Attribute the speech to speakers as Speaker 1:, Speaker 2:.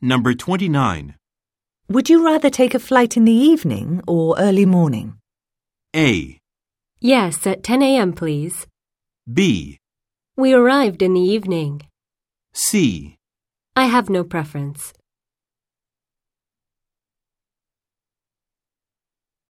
Speaker 1: Number 29.
Speaker 2: Would you rather take a flight in the evening or early morning?
Speaker 1: A.
Speaker 3: Yes, at 10 a.m., please.
Speaker 1: B.
Speaker 3: We arrived in the evening.
Speaker 1: C.
Speaker 3: I have no preference.